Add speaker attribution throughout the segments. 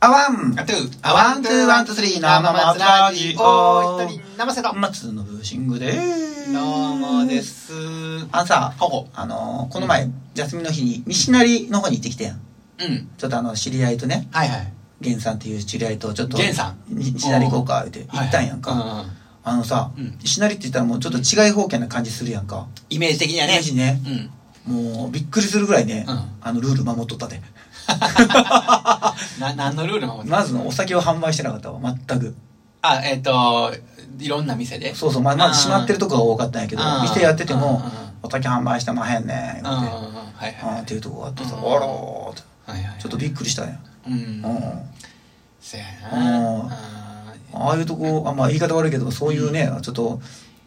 Speaker 1: あわん
Speaker 2: あと
Speaker 1: あわん、トゥー、ワン、トゥー、スリー、生松ラジオ。
Speaker 2: お一人、生瀬の。
Speaker 1: 松のブーシングでーす。
Speaker 2: どうもで。す。
Speaker 1: あのさ、
Speaker 2: ほほ。
Speaker 1: あのー、この前、休みの日に、西成の方に行ってきてん。
Speaker 2: うん。
Speaker 1: ちょっとあの、知り合いとね、
Speaker 2: はいはい。
Speaker 1: 源さんっていう知り合いと、ちょっと、
Speaker 2: 源さん
Speaker 1: に西成行こうか、って行ったんやん
Speaker 2: はい
Speaker 1: か。
Speaker 2: はい。う
Speaker 1: あのさ
Speaker 2: うん、
Speaker 1: 西成って言ったらもうちょっと違い方形な感じするやんか。
Speaker 2: イメージ的には
Speaker 1: イメ
Speaker 2: ね
Speaker 1: ー。ジね。
Speaker 2: うん。
Speaker 1: もう、びっくりするぐらいね
Speaker 2: うん、
Speaker 1: あの、ルール守っとったで。
Speaker 2: な、何のルール守って
Speaker 1: まずの、お酒を販売してなかったわ、全く。
Speaker 2: あ、えっと、いろんな店で。
Speaker 1: そうそう、まあまず閉まってるとこが多かったんやけど
Speaker 2: あ、ー
Speaker 1: 店やってても
Speaker 2: うんうんうん、
Speaker 1: お酒販売してまへんねん、
Speaker 2: うんうんうん。
Speaker 1: 言うて。
Speaker 2: はい
Speaker 1: あー
Speaker 2: は
Speaker 1: っていうとこがあってさ、
Speaker 2: う
Speaker 1: あ
Speaker 2: ん
Speaker 1: らーって。
Speaker 2: い。
Speaker 1: ちょっとびっくりしたんや。
Speaker 2: うん。うん
Speaker 1: うん。
Speaker 2: せや
Speaker 1: うん
Speaker 2: な。
Speaker 1: ああいうとこ、あまあ言い方悪いけど、そういうね、ちょっと、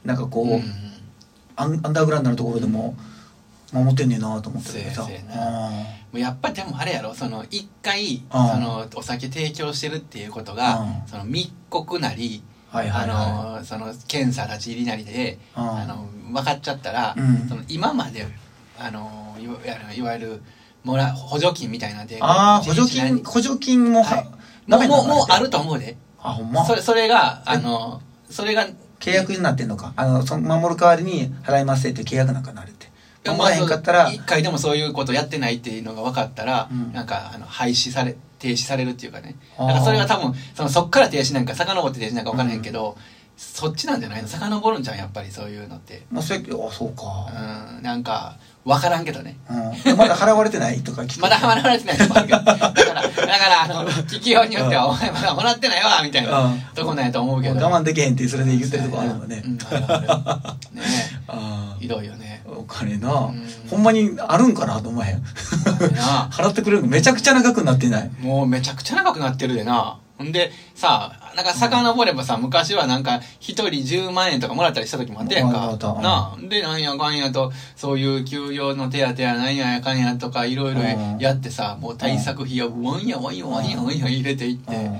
Speaker 1: なんかこ
Speaker 2: うん。うん
Speaker 1: う、アンアンダーグラウンドのところでも、守ってんねんなと思っててさ。
Speaker 2: そうやそうや
Speaker 1: あ
Speaker 2: もうやっぱでもあれやろその一回そのお酒提供してるっていうこと
Speaker 1: う
Speaker 2: が
Speaker 1: ん
Speaker 2: その密告なり
Speaker 1: ーはいはいは
Speaker 2: あのその検査立ち入りなりで
Speaker 1: い。うん
Speaker 2: あの分かっちゃったら、
Speaker 1: うん
Speaker 2: その今まであのいわあのいわゆるもら補助金みたいなんで
Speaker 1: ああ、補助
Speaker 2: 一日
Speaker 1: 金、
Speaker 2: 何
Speaker 1: 補助金もは、
Speaker 2: はい
Speaker 1: ダ
Speaker 2: も
Speaker 1: メ
Speaker 2: う
Speaker 1: なの
Speaker 2: もう
Speaker 1: か
Speaker 2: もうあると思うで、
Speaker 1: あ、ほんま
Speaker 2: そ。れそれがあのそれが
Speaker 1: 契約になってんのか。あの、その守る代わりに払いますっていう契約なんかなあれって。
Speaker 2: まあ
Speaker 1: 守らへんかったら、
Speaker 2: 一回でもそういうことやってないっていうのが分かったら、
Speaker 1: うん
Speaker 2: なんかあの廃止され停止されるっていうかね
Speaker 1: あー
Speaker 2: だからそれが多分そのそっから停止なんか遡って停止なんか分からへんけど、そっちなんじゃないの遡るんじゃんやっぱりそういうのって
Speaker 1: まあ、それ、あ、そう
Speaker 2: う
Speaker 1: か。
Speaker 2: んなんか分からんけどね
Speaker 1: うん。まだ払われてないとか聞く。
Speaker 2: まだ払われてないとこあるけど。だから、だから、あの、聞きようによっては、お前まだもらってないわ、みたいな
Speaker 1: うん
Speaker 2: とこなんやと思うけ
Speaker 1: もう
Speaker 2: ど。
Speaker 1: 我慢できへんって、それで言ってるとこあるもんね
Speaker 2: う。あるあるね
Speaker 1: あ
Speaker 2: えひどいよね。
Speaker 1: あ。お金な、
Speaker 2: ん
Speaker 1: ほんまにあるんかなと思わへん。
Speaker 2: ほんまにな
Speaker 1: 払ってくれるのめちゃくちゃ長くなってない。
Speaker 2: もうめちゃくちゃ長くなってるでな。ほんで、さ、なんか遡ればさ、昔はなんか、一人10万円とかもらったりした時もあったやん
Speaker 1: もら
Speaker 2: か
Speaker 1: ったも。らった
Speaker 2: なあ。で、なんやかんやと、そういう休養の手当やなんやかんやとか、いろいろ
Speaker 1: うん
Speaker 2: やってさ、もう対策費をワンやワンやワンやワンや入れていって。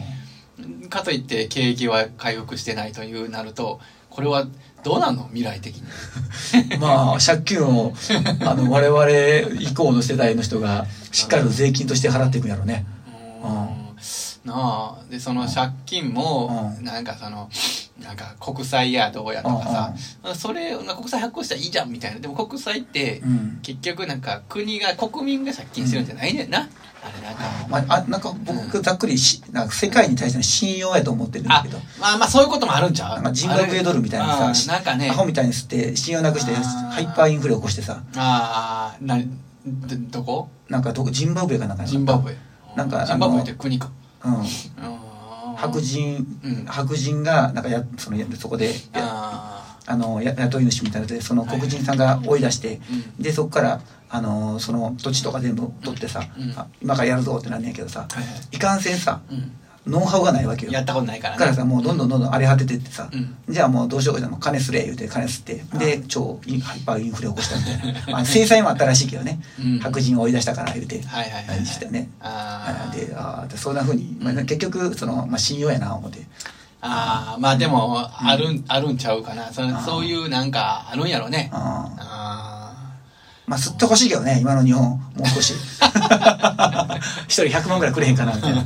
Speaker 2: かといって景気は回復してないというなるとこれはどうなの未来的に
Speaker 1: うんまあ、借金 を、あの、我々以降の世代の人が、しっかりと税金として払っていくんやろうね。
Speaker 2: なあでその借金も
Speaker 1: うん
Speaker 2: なんかそのなんか国債やどうやとかさそれ国債発行したらいいじゃんみたいなでも国債って
Speaker 1: うん。うん
Speaker 2: 結局なんか国が国民が借金してるんじゃないねんなあれなんか
Speaker 1: まあ、あなんか僕ざっくりしなんか世界に対しての信用やと思ってるんだ
Speaker 2: あ
Speaker 1: けど
Speaker 2: まあまあそういうこともあるんちゃ
Speaker 1: な
Speaker 2: うん
Speaker 1: かジンバブエドルみたいなさ
Speaker 2: あなんかね
Speaker 1: アホみたいに吸って信用なくして
Speaker 2: あー
Speaker 1: ハイパーインフレ起こしてさ
Speaker 2: ああなどどこ
Speaker 1: なんかどこジンバブエかなんか
Speaker 2: ジンバブ
Speaker 1: エ
Speaker 2: エ
Speaker 1: なんかあの
Speaker 2: ジンバブエって国か
Speaker 1: うん
Speaker 2: あー
Speaker 1: 白人
Speaker 2: うん
Speaker 1: 白人がなんかやそのやそこでや
Speaker 2: あ
Speaker 1: あのや雇い主みたいなのでその黒人さんが追い出して
Speaker 2: ーうん
Speaker 1: でそこからあのその土地とか全部取ってさ
Speaker 2: うん
Speaker 1: あ今からやるぞってなんねんけどさ
Speaker 2: はいはい
Speaker 1: いかんせんさ
Speaker 2: うん
Speaker 1: ノウハウがないわけよ
Speaker 2: やったことないから
Speaker 1: だ
Speaker 2: ね
Speaker 1: からさもうどんどんどんどん荒れ果ててってさ、
Speaker 2: うん
Speaker 1: じゃあもうどうしようかじゃあもう金すれ言うて金すって
Speaker 2: う
Speaker 1: で超インハイパーインフレ起こしたみた いなあ制裁もあったらしいけどね、
Speaker 2: うん
Speaker 1: 白人を追い出したから言うて
Speaker 2: はいはいはいは
Speaker 1: 何
Speaker 2: い
Speaker 1: してね、
Speaker 2: あー
Speaker 1: であーでそんなふうに、まあ、結局その、まあ、信用やな思って
Speaker 2: あーまあでもあるんあるんちゃうかなそ
Speaker 1: あー
Speaker 2: そういうなんかあるんやろね
Speaker 1: あー
Speaker 2: あ
Speaker 1: まあ吸ってほしいけどね今の日本もう少 し一人100万ぐらいくれへんかなみたいな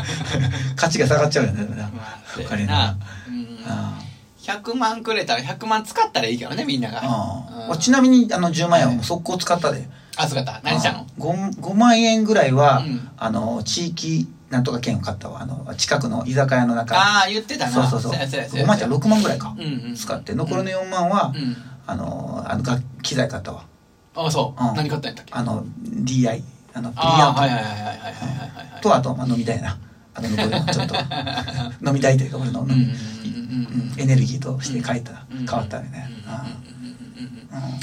Speaker 1: 価値が下がっちゃうよねだから
Speaker 2: ーまあそう
Speaker 1: お金
Speaker 2: や
Speaker 1: な
Speaker 2: なうん
Speaker 1: あ
Speaker 2: 100万くれたら100万使ったらいいけどねみんな
Speaker 1: ー
Speaker 2: が
Speaker 1: あー
Speaker 2: うん
Speaker 1: ちなみにあの10万円はもう速攻使ったで
Speaker 2: あそうだった何したの
Speaker 1: 五五万円ぐらいは、
Speaker 2: うん
Speaker 1: あの地域なんとか券を買ったわあの近くの居酒屋の中
Speaker 2: ああ言ってたな
Speaker 1: そうそうそう
Speaker 2: ややや
Speaker 1: 五万じゃ六万ぐらいか、
Speaker 2: うんうん
Speaker 1: 使って残りの四万は、
Speaker 2: うん
Speaker 1: あのあの楽機材買ったわ
Speaker 2: ああそう
Speaker 1: うん
Speaker 2: 何買ったんやったっけ
Speaker 1: あの DI あのビリヤ
Speaker 2: あ
Speaker 1: ント
Speaker 2: あはいはいはいはいはいはいはい
Speaker 1: とあと、まあ、飲みたいなあの残りのちょっ と飲みたいというか俺の、
Speaker 2: うんうんうんうん
Speaker 1: うんエネルギーとして変えた、
Speaker 2: う
Speaker 1: 変
Speaker 2: ん
Speaker 1: わったよね、
Speaker 2: うんうんうんうんうん
Speaker 1: うんうん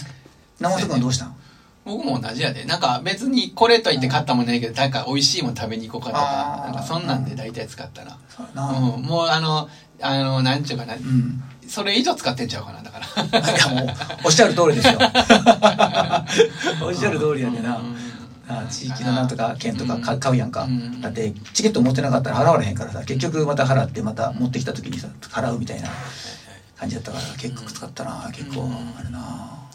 Speaker 1: 生瀬君はどうしたん
Speaker 2: 僕も同じやでなんか別にこれと言って買ったもんないけどなんか美味しいもん食べに行こうかとか
Speaker 1: あー
Speaker 2: なんかそんなんで大体使ったな、
Speaker 1: そうや
Speaker 2: う
Speaker 1: な、
Speaker 2: んもうあのあのなんちゅうかな
Speaker 1: うん
Speaker 2: それ以上使ってんちゃうかなだから
Speaker 1: いやもうおっしゃる通りです よおっしゃる通りやでな、あ地域のなんとか券とか買う買うやんか、
Speaker 2: うん
Speaker 1: だってチケット持ってなかったら払われへんからさ結局また払ってまた持ってきた時にさ払うみたいな感じだったから結構使ったな結構あれな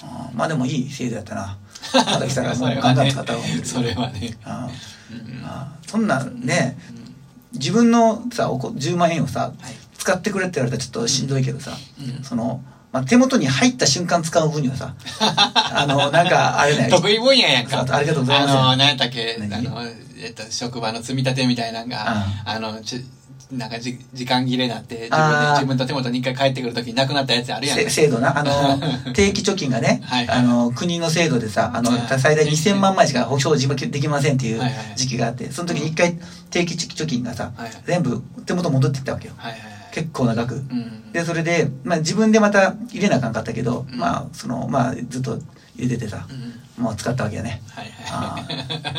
Speaker 1: あまあでもいい制度やった なまた来たらもう
Speaker 2: それ
Speaker 1: ガ
Speaker 2: は
Speaker 1: ンガン
Speaker 2: ね
Speaker 1: 使った方がいいけど
Speaker 2: それはね
Speaker 1: あ
Speaker 2: うん
Speaker 1: あそんなんね自分のさおこ10万円をさ、
Speaker 2: はい
Speaker 1: 使ってくれって言われたらちょっとしんどいけどさ、
Speaker 2: うん
Speaker 1: その、まあ、手元に入った瞬間使う分には さあのなんかあれね
Speaker 2: 得意分野やんか。
Speaker 1: あありがとうございます
Speaker 2: あの、何やったっけ、あ
Speaker 1: 何
Speaker 2: の、えっと、職場の積み立てみたいなのが、
Speaker 1: あ
Speaker 2: あの、ちなんかじ時間切れになって、自分
Speaker 1: あ
Speaker 2: で
Speaker 1: ー
Speaker 2: 自分の手元に一回帰ってくるときになくなったやつあるやん
Speaker 1: せ制度なあ の定期貯金がね
Speaker 2: はいはい
Speaker 1: あの国の制度でさあの
Speaker 2: はい
Speaker 1: 最大2000万枚しか保証できませんっていう
Speaker 2: はいはい
Speaker 1: 時期があってその時に一回定期貯金がさ
Speaker 2: はい
Speaker 1: 全部手元戻ってきたわけよ
Speaker 2: はいはいはい。
Speaker 1: 結構長く
Speaker 2: うん。
Speaker 1: でそれで、まあ、自分でまた入れなあかんかったけど、
Speaker 2: うん
Speaker 1: まあそのまあずっと入れててさ
Speaker 2: う、ん。
Speaker 1: もう使ったわけだね
Speaker 2: はいは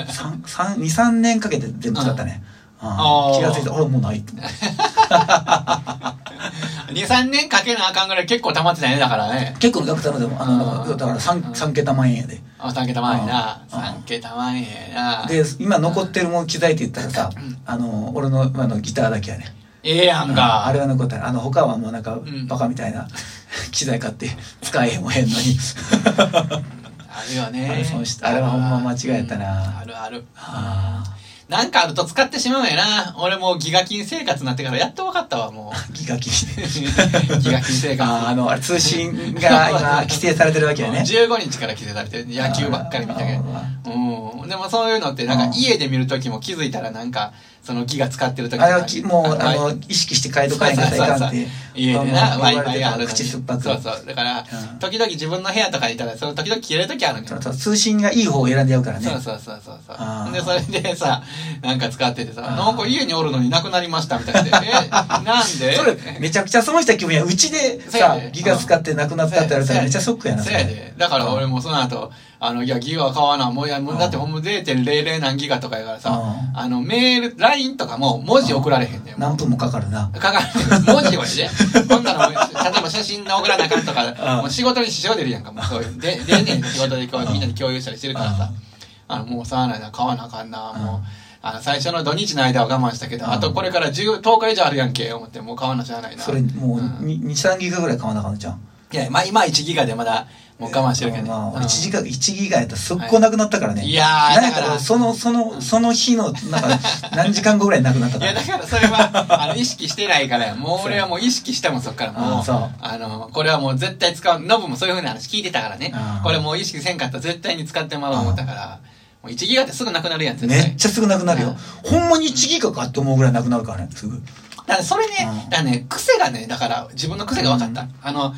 Speaker 1: あ23年かけて全部使ったね、あ
Speaker 2: あー
Speaker 1: ー気が付いたあれもうないって思って
Speaker 2: い。2、3年かけなあかんぐらい結構溜まってたね、だからね。
Speaker 1: 結構の額たのでもあの
Speaker 2: あー
Speaker 1: だから 3,
Speaker 2: うん
Speaker 1: 3桁万円やで
Speaker 2: あ、3桁万円な。
Speaker 1: うんうん
Speaker 2: 3桁万円やな。
Speaker 1: で今残ってるもん機材って言ったらさ
Speaker 2: うん
Speaker 1: あの俺のあのギターだけやね
Speaker 2: ええやんか。
Speaker 1: あれは残ったあの他はもうなんか
Speaker 2: ん
Speaker 1: バカみたいな 機材買って使えへんもへんの に
Speaker 2: あるよね。
Speaker 1: あれ損したあれはほんま間違えたな
Speaker 2: うんあるある。
Speaker 1: あ
Speaker 2: なんかあると使ってしまうんやな。俺もうギガ金生活になってからやっと分かったわ、もう。
Speaker 1: ーギガ機
Speaker 2: ギガ金生活。
Speaker 1: あーあのあれ通信が今規制されてるわけやね
Speaker 2: 15日から着てされて 野球ばっかり見たけど
Speaker 1: あ
Speaker 2: うんでもそういうのってなんか家で見るときも気づいたらなんかそのギガ使ってるとき
Speaker 1: あれはきもうあ
Speaker 2: の
Speaker 1: の意識して変えとかへんかったらいかんって
Speaker 2: 家でな
Speaker 1: もう
Speaker 2: w i
Speaker 1: 言
Speaker 2: f
Speaker 1: われ
Speaker 2: i
Speaker 1: て
Speaker 2: があ
Speaker 1: た
Speaker 2: るのに
Speaker 1: 口酸っぱく
Speaker 2: そうそうだから
Speaker 1: うん
Speaker 2: 時々自分の部屋とかにいたらその時々切れるときあるのよ
Speaker 1: そうそう通信がいい方を選んでやるからね
Speaker 2: そうそうそうそうそ
Speaker 1: あ
Speaker 2: う
Speaker 1: ー
Speaker 2: でそれでさなんか使っててさ
Speaker 1: あー
Speaker 2: なんか家におるのになくなりましたみたいでえなんで
Speaker 1: それめちゃくちゃ損した気分やうちで
Speaker 2: そうや
Speaker 1: さ
Speaker 2: で
Speaker 1: ギガ使ってなくなったって言われたらめっちゃショックやな
Speaker 2: そうやでだから俺もその後あのいやギガは買わなもういやもうだってほんま0.00何ギガとかやからさ
Speaker 1: う
Speaker 2: あのメール LINE とかも文字送られへんねんも
Speaker 1: 何分もかかるな
Speaker 2: うかかる文字をね ほんならもう例えば写真の送らなあかんとか
Speaker 1: うん
Speaker 2: もう仕事に支障出るやんかもうそういうで出んねん仕事でこ
Speaker 1: う
Speaker 2: うんみんなで共有したりしてるからさあのもう触らないな買わなあかんなもうあの最初の土日の間は我慢したけど
Speaker 1: うん
Speaker 2: あとこれから10 10日以上あるやんけ思ってもう買わなしゃあないな
Speaker 1: それもう
Speaker 2: うん
Speaker 1: 23ギガぐらい買わなあかんのじゃん
Speaker 2: いや、まあ今1ギガでまだもう我慢してるけどね。
Speaker 1: まあま
Speaker 2: う
Speaker 1: あ
Speaker 2: ん
Speaker 1: 1ギガ1ギガやったら速攻なくなったからね
Speaker 2: いやー
Speaker 1: なん
Speaker 2: だから
Speaker 1: そのそのその日のなんか何時間後ぐらいになくなった
Speaker 2: い
Speaker 1: か
Speaker 2: や、
Speaker 1: ら
Speaker 2: だからそれは、あの、意識してないからやもう俺はもう意識してもそっからもう、
Speaker 1: あーそう
Speaker 2: あの、これはもう絶対使う、ノブもそういう風な話聞いてたからね
Speaker 1: あ。ー
Speaker 2: これもう意識せんかったら絶対に使ってまう思ったから、もう1ギガってすぐなくなるやん、絶対。
Speaker 1: めっちゃすぐなくなるよほんまに1ギガかって思うぐらいなくなるからねすぐ
Speaker 2: だからそれね
Speaker 1: う、ん
Speaker 2: だからね、癖がね、だから自分の癖が分かった。
Speaker 1: うん
Speaker 2: あの、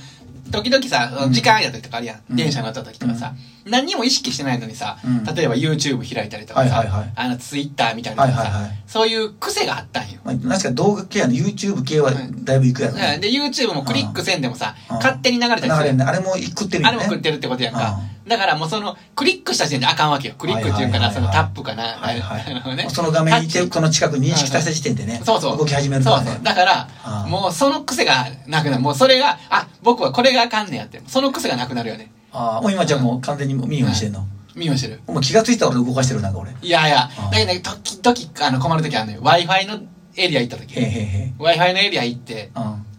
Speaker 2: 時々さ
Speaker 1: う、ん
Speaker 2: 時間ある時とかあるやん。
Speaker 1: うん
Speaker 2: 電車乗った時とかさ、何にも意識してないのにさ、
Speaker 1: うん
Speaker 2: 例えば YouTube 開いたりとかさ、
Speaker 1: はいはいはい
Speaker 2: あの Twitter みたいなのとかさ、
Speaker 1: はいはいはい
Speaker 2: そういう癖があったんよ。
Speaker 1: まあ確かに動画系やの YouTube 系はだいぶいくやろね
Speaker 2: で、YouTube もクリックせんでもさ、
Speaker 1: うん
Speaker 2: 勝手に流れたり
Speaker 1: 流
Speaker 2: す
Speaker 1: れ
Speaker 2: る。
Speaker 1: ねあれも食ってる
Speaker 2: あ
Speaker 1: よ
Speaker 2: れ
Speaker 1: ね
Speaker 2: も食ってるってことやんか。だからもうその、クリックした時点であかんわけよ。クリックっていうかな、
Speaker 1: はい
Speaker 2: そ
Speaker 1: はいはい
Speaker 2: のタップかな。
Speaker 1: はい
Speaker 2: あ
Speaker 1: は
Speaker 2: の
Speaker 1: い、
Speaker 2: ね
Speaker 1: その画面にいてこの近く認識させた時点でね
Speaker 2: そうそう。
Speaker 1: 動き始めるからね
Speaker 2: そうそう。だから、
Speaker 1: うん
Speaker 2: もうその癖がなくなる。もうそれが、あ、僕はこれがあかんねやって。その癖がなくなるよね。
Speaker 1: ああもう今じゃあもう完全にミニオンしてんの、
Speaker 2: 見よしてる。
Speaker 1: もう気がついたら俺動かしてるなんか俺へ
Speaker 2: いやいや
Speaker 1: う、ん
Speaker 2: だけどね、時々、あの、困る時あるのよ。Wi-Fi のエリア行った
Speaker 1: えへえ
Speaker 2: 時。
Speaker 1: へえ
Speaker 2: Wi-Fi のエリア行って、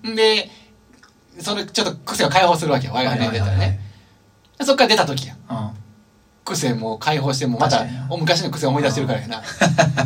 Speaker 1: うん
Speaker 2: んで、それちょっと癖を解放するわけよ。Wi-Fi のエリア出たらね。でそっから出た時や。
Speaker 1: はい
Speaker 2: 癖もう解放して、もうまた
Speaker 1: 確かに、
Speaker 2: お昔の癖思い出してるからやな。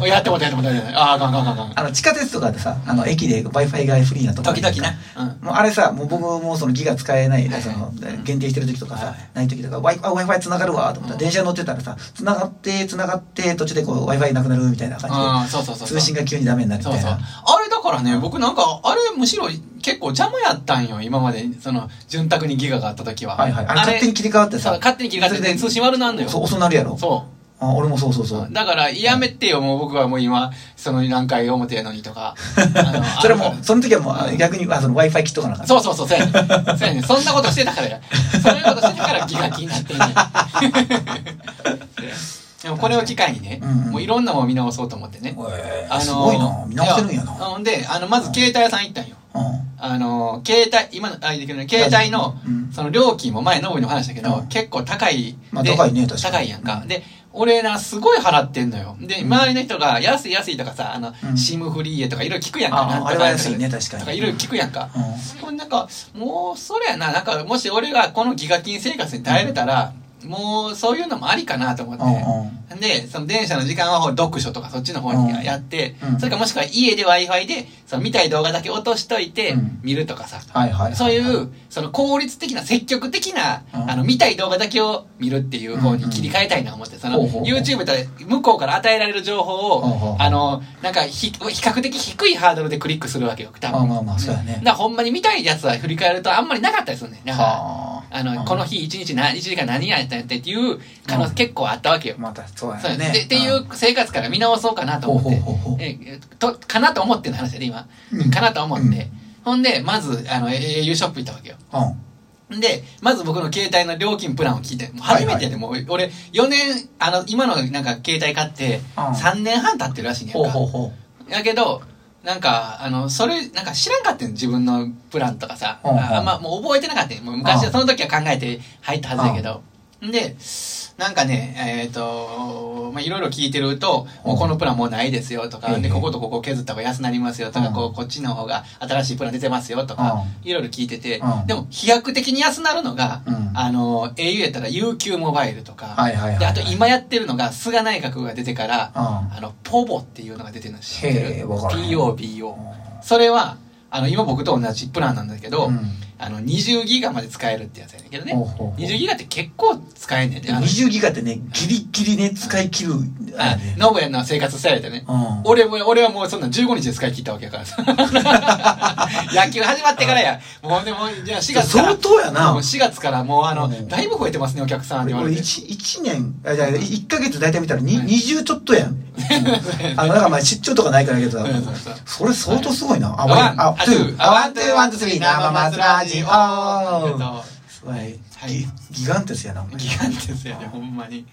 Speaker 2: おやってもうたやってもうたやってもうたああ、あかんあかんあかんあ
Speaker 1: うん、あの地下鉄とかでさあの駅で w i f i がフリーなとこ
Speaker 2: かん。
Speaker 1: ろ
Speaker 2: 時々な。うん。
Speaker 1: もうあれさもう僕もそのギガ使えない
Speaker 2: はい
Speaker 1: でその限定してる時とか
Speaker 2: は
Speaker 1: さ
Speaker 2: い
Speaker 1: ない時とか w i f i 繋がるわと思ったら
Speaker 2: うん
Speaker 1: 電車乗ってたらさ繋がって繋がって途中でこう w i f i なくなるみたいな感
Speaker 2: うん、そうそうそ
Speaker 1: じ
Speaker 2: う
Speaker 1: で
Speaker 2: そう。
Speaker 1: 通信が急にダメになるみ
Speaker 2: そう
Speaker 1: たい
Speaker 2: そう。
Speaker 1: な
Speaker 2: あれだからね、僕なんか、あれむしろ結構邪魔やったんよ、今まで。その、潤沢にギガがあった時は。
Speaker 1: はいはいあれ勝手に切り替わって
Speaker 2: そう
Speaker 1: さ
Speaker 2: 勝手に切り替わって
Speaker 1: それで
Speaker 2: 通信悪なんのよ。
Speaker 1: そう遅なるやろ
Speaker 2: そ
Speaker 1: あ俺もそうそう
Speaker 2: う。
Speaker 1: そう
Speaker 2: だから、やめてよ、もう僕はもう今、その何回表やのに とか。あの
Speaker 1: それもその時はもうあ
Speaker 2: うん
Speaker 1: 逆にあその w i f i 切っとかなあかった
Speaker 2: そうそうそう、そうやねん。そうやねん。そんなことしてたからや。そういうことしてたからギガ気になって んねん。でもこれを機会にね、
Speaker 1: うんうん
Speaker 2: もういろんなものを見直そうと思ってね。
Speaker 1: へえ
Speaker 2: あの
Speaker 1: すごいな見直してるんやな
Speaker 2: やほんで、あの、まず携帯屋さん行ったんよ。
Speaker 1: うん
Speaker 2: あの、携帯、今の、あ、いいけどね携帯の、
Speaker 1: うん
Speaker 2: その料金も前、ノブにも話したけど、
Speaker 1: うん
Speaker 2: 結構高いで。
Speaker 1: まあ高いね確かに
Speaker 2: 高いやんか。
Speaker 1: うん
Speaker 2: で、俺な、すごい払ってんのよ。で、周りの人が、安い安いとかさ、あの、
Speaker 1: うん
Speaker 2: シムフリーエとかいろいろ聞くやんか。
Speaker 1: あ
Speaker 2: なんとか
Speaker 1: あれは安いね
Speaker 2: なんと
Speaker 1: 確かに
Speaker 2: とかいろいろ聞くやんか。
Speaker 1: うん
Speaker 2: これなんか、もう、それやな、なんか、もし俺がこのギガ金生活に耐えれたら、もうそういうのもありかなと思って、
Speaker 1: う
Speaker 2: で、その電車の時間はほら読書とかそっちの方に
Speaker 1: うん
Speaker 2: やって、
Speaker 1: うん
Speaker 2: それかもしくは家で Wi-Fi で、その見たい動画だけ落としといて
Speaker 1: うん、
Speaker 2: 見るとかさ、
Speaker 1: んはいはい
Speaker 2: そうい
Speaker 1: は
Speaker 2: う、その効率的な、積極的な、
Speaker 1: うん
Speaker 2: あの、見たい動画だけを見るっていう方に切り替えたいな思って、そ
Speaker 1: ほ
Speaker 2: の、
Speaker 1: うほうほう
Speaker 2: YouTube と向こうから与えられる情報
Speaker 1: ほうほうほ
Speaker 2: を
Speaker 1: う、
Speaker 2: あの、なんかひ、比較的低いハードルでクリックするわけよ、多
Speaker 1: まあ
Speaker 2: 分。
Speaker 1: まあまあそうやね
Speaker 2: だからほんまに見たいやつは振り返るとあんまりなかったりするね。だから、
Speaker 1: は
Speaker 2: あの、
Speaker 1: うん
Speaker 2: この日一日な、一時間何やったんやってっていう可能
Speaker 1: う
Speaker 2: 性
Speaker 1: ん
Speaker 2: 結構あったわけよ。
Speaker 1: またそう
Speaker 2: そう
Speaker 1: や
Speaker 2: で
Speaker 1: ね
Speaker 2: っていう生活から見直そうかなと
Speaker 1: ほうほう
Speaker 2: 思って。
Speaker 1: ほうほう
Speaker 2: ええとかなと思っての話やで、今。
Speaker 1: うん
Speaker 2: かなと思って。
Speaker 1: うん
Speaker 2: ほんで、まず、あの、au ショップ行ったわけよ。
Speaker 1: うん
Speaker 2: で、まず僕の携帯の料金プランを聞いて、もう初めてやで、もう俺、4年、あの、今のなんか携帯買って、
Speaker 1: うん
Speaker 2: 3年半経ってるらしいね
Speaker 1: ほうん
Speaker 2: か
Speaker 1: ほう。ほ
Speaker 2: やけど、なんか、あの、それ、なんか知らんかったん自分のプランとかさ。
Speaker 1: うんうん
Speaker 2: ああんま、もう覚えてなかったんもう昔
Speaker 1: う
Speaker 2: は、
Speaker 1: ん
Speaker 2: その時は考えて入ったはずだけど。んで、なんかね、えっ、と、まあ、いろいろ聞いてると、
Speaker 1: うん
Speaker 2: もうこのプランもうないですよとか、
Speaker 1: え
Speaker 2: で、
Speaker 1: え
Speaker 2: こことここ削った方が安なりますよとか、
Speaker 1: うん
Speaker 2: こう、こっちの方が新しいプラン出てますよとか、いろいろ聞いてて
Speaker 1: う、ん
Speaker 2: でも、飛躍的に安なるのが、
Speaker 1: ううん
Speaker 2: あの、au やったら UQ モバイルとか、
Speaker 1: はいはいはい
Speaker 2: で、あと今やってるのが、菅内閣が出てから、あの、ポボっていうのが出てるの知って
Speaker 1: へえ
Speaker 2: る
Speaker 1: わからんう。
Speaker 2: ?POBO
Speaker 1: ん
Speaker 2: それは、あの、今僕と同じプランなんだけど、
Speaker 1: うん
Speaker 2: あの、20ギガまで使えるってやつやねんけどね
Speaker 1: ほう。ほうほう
Speaker 2: 20ギガって結構使えんねんね。あの、
Speaker 1: 20ギガってねギリギリね使い切るあ
Speaker 2: あ
Speaker 1: れね
Speaker 2: ノブやんの生活スタイルでね。
Speaker 1: うん
Speaker 2: 俺も、俺はもうそんな15日で使い切ったわけやからさ。 野球始まってからや。もうでも、じゃあ4月から。
Speaker 1: 相当やな
Speaker 2: もう4月からもうあの、
Speaker 1: うん
Speaker 2: だいぶ増えてますね、お客さんって言わ
Speaker 1: 俺
Speaker 2: れて。
Speaker 1: 1, 一年あじゃあ1か月大体見たらに
Speaker 2: うん
Speaker 1: 20ちょっとやんあのだからまあ出張とかないからやけど
Speaker 2: うんそうそう
Speaker 1: それ相当すごいなあ
Speaker 2: ワン、
Speaker 1: あ
Speaker 2: ツ
Speaker 1: ツ
Speaker 2: ー
Speaker 1: ー
Speaker 2: あ
Speaker 1: あ
Speaker 2: ワ
Speaker 1: ワ
Speaker 2: ン、
Speaker 1: ン
Speaker 2: ツ
Speaker 1: ツ
Speaker 2: ー、
Speaker 1: ー
Speaker 2: ワ
Speaker 1: ワ
Speaker 2: ン、
Speaker 1: ン
Speaker 2: ツ
Speaker 1: ツー
Speaker 2: ー、ス
Speaker 1: ス
Speaker 2: リ
Speaker 1: リ
Speaker 2: ー、
Speaker 1: ー
Speaker 2: 生
Speaker 1: 生
Speaker 2: マ
Speaker 1: マ
Speaker 2: ス
Speaker 1: ス
Speaker 2: ラ
Speaker 1: ラ
Speaker 2: ジ
Speaker 1: ジ
Speaker 2: オ
Speaker 1: オ
Speaker 2: ー
Speaker 1: ー
Speaker 2: と
Speaker 1: すごい
Speaker 2: はい
Speaker 1: ギギガンテスやなお前
Speaker 2: ギガンテスやで、ほんまに。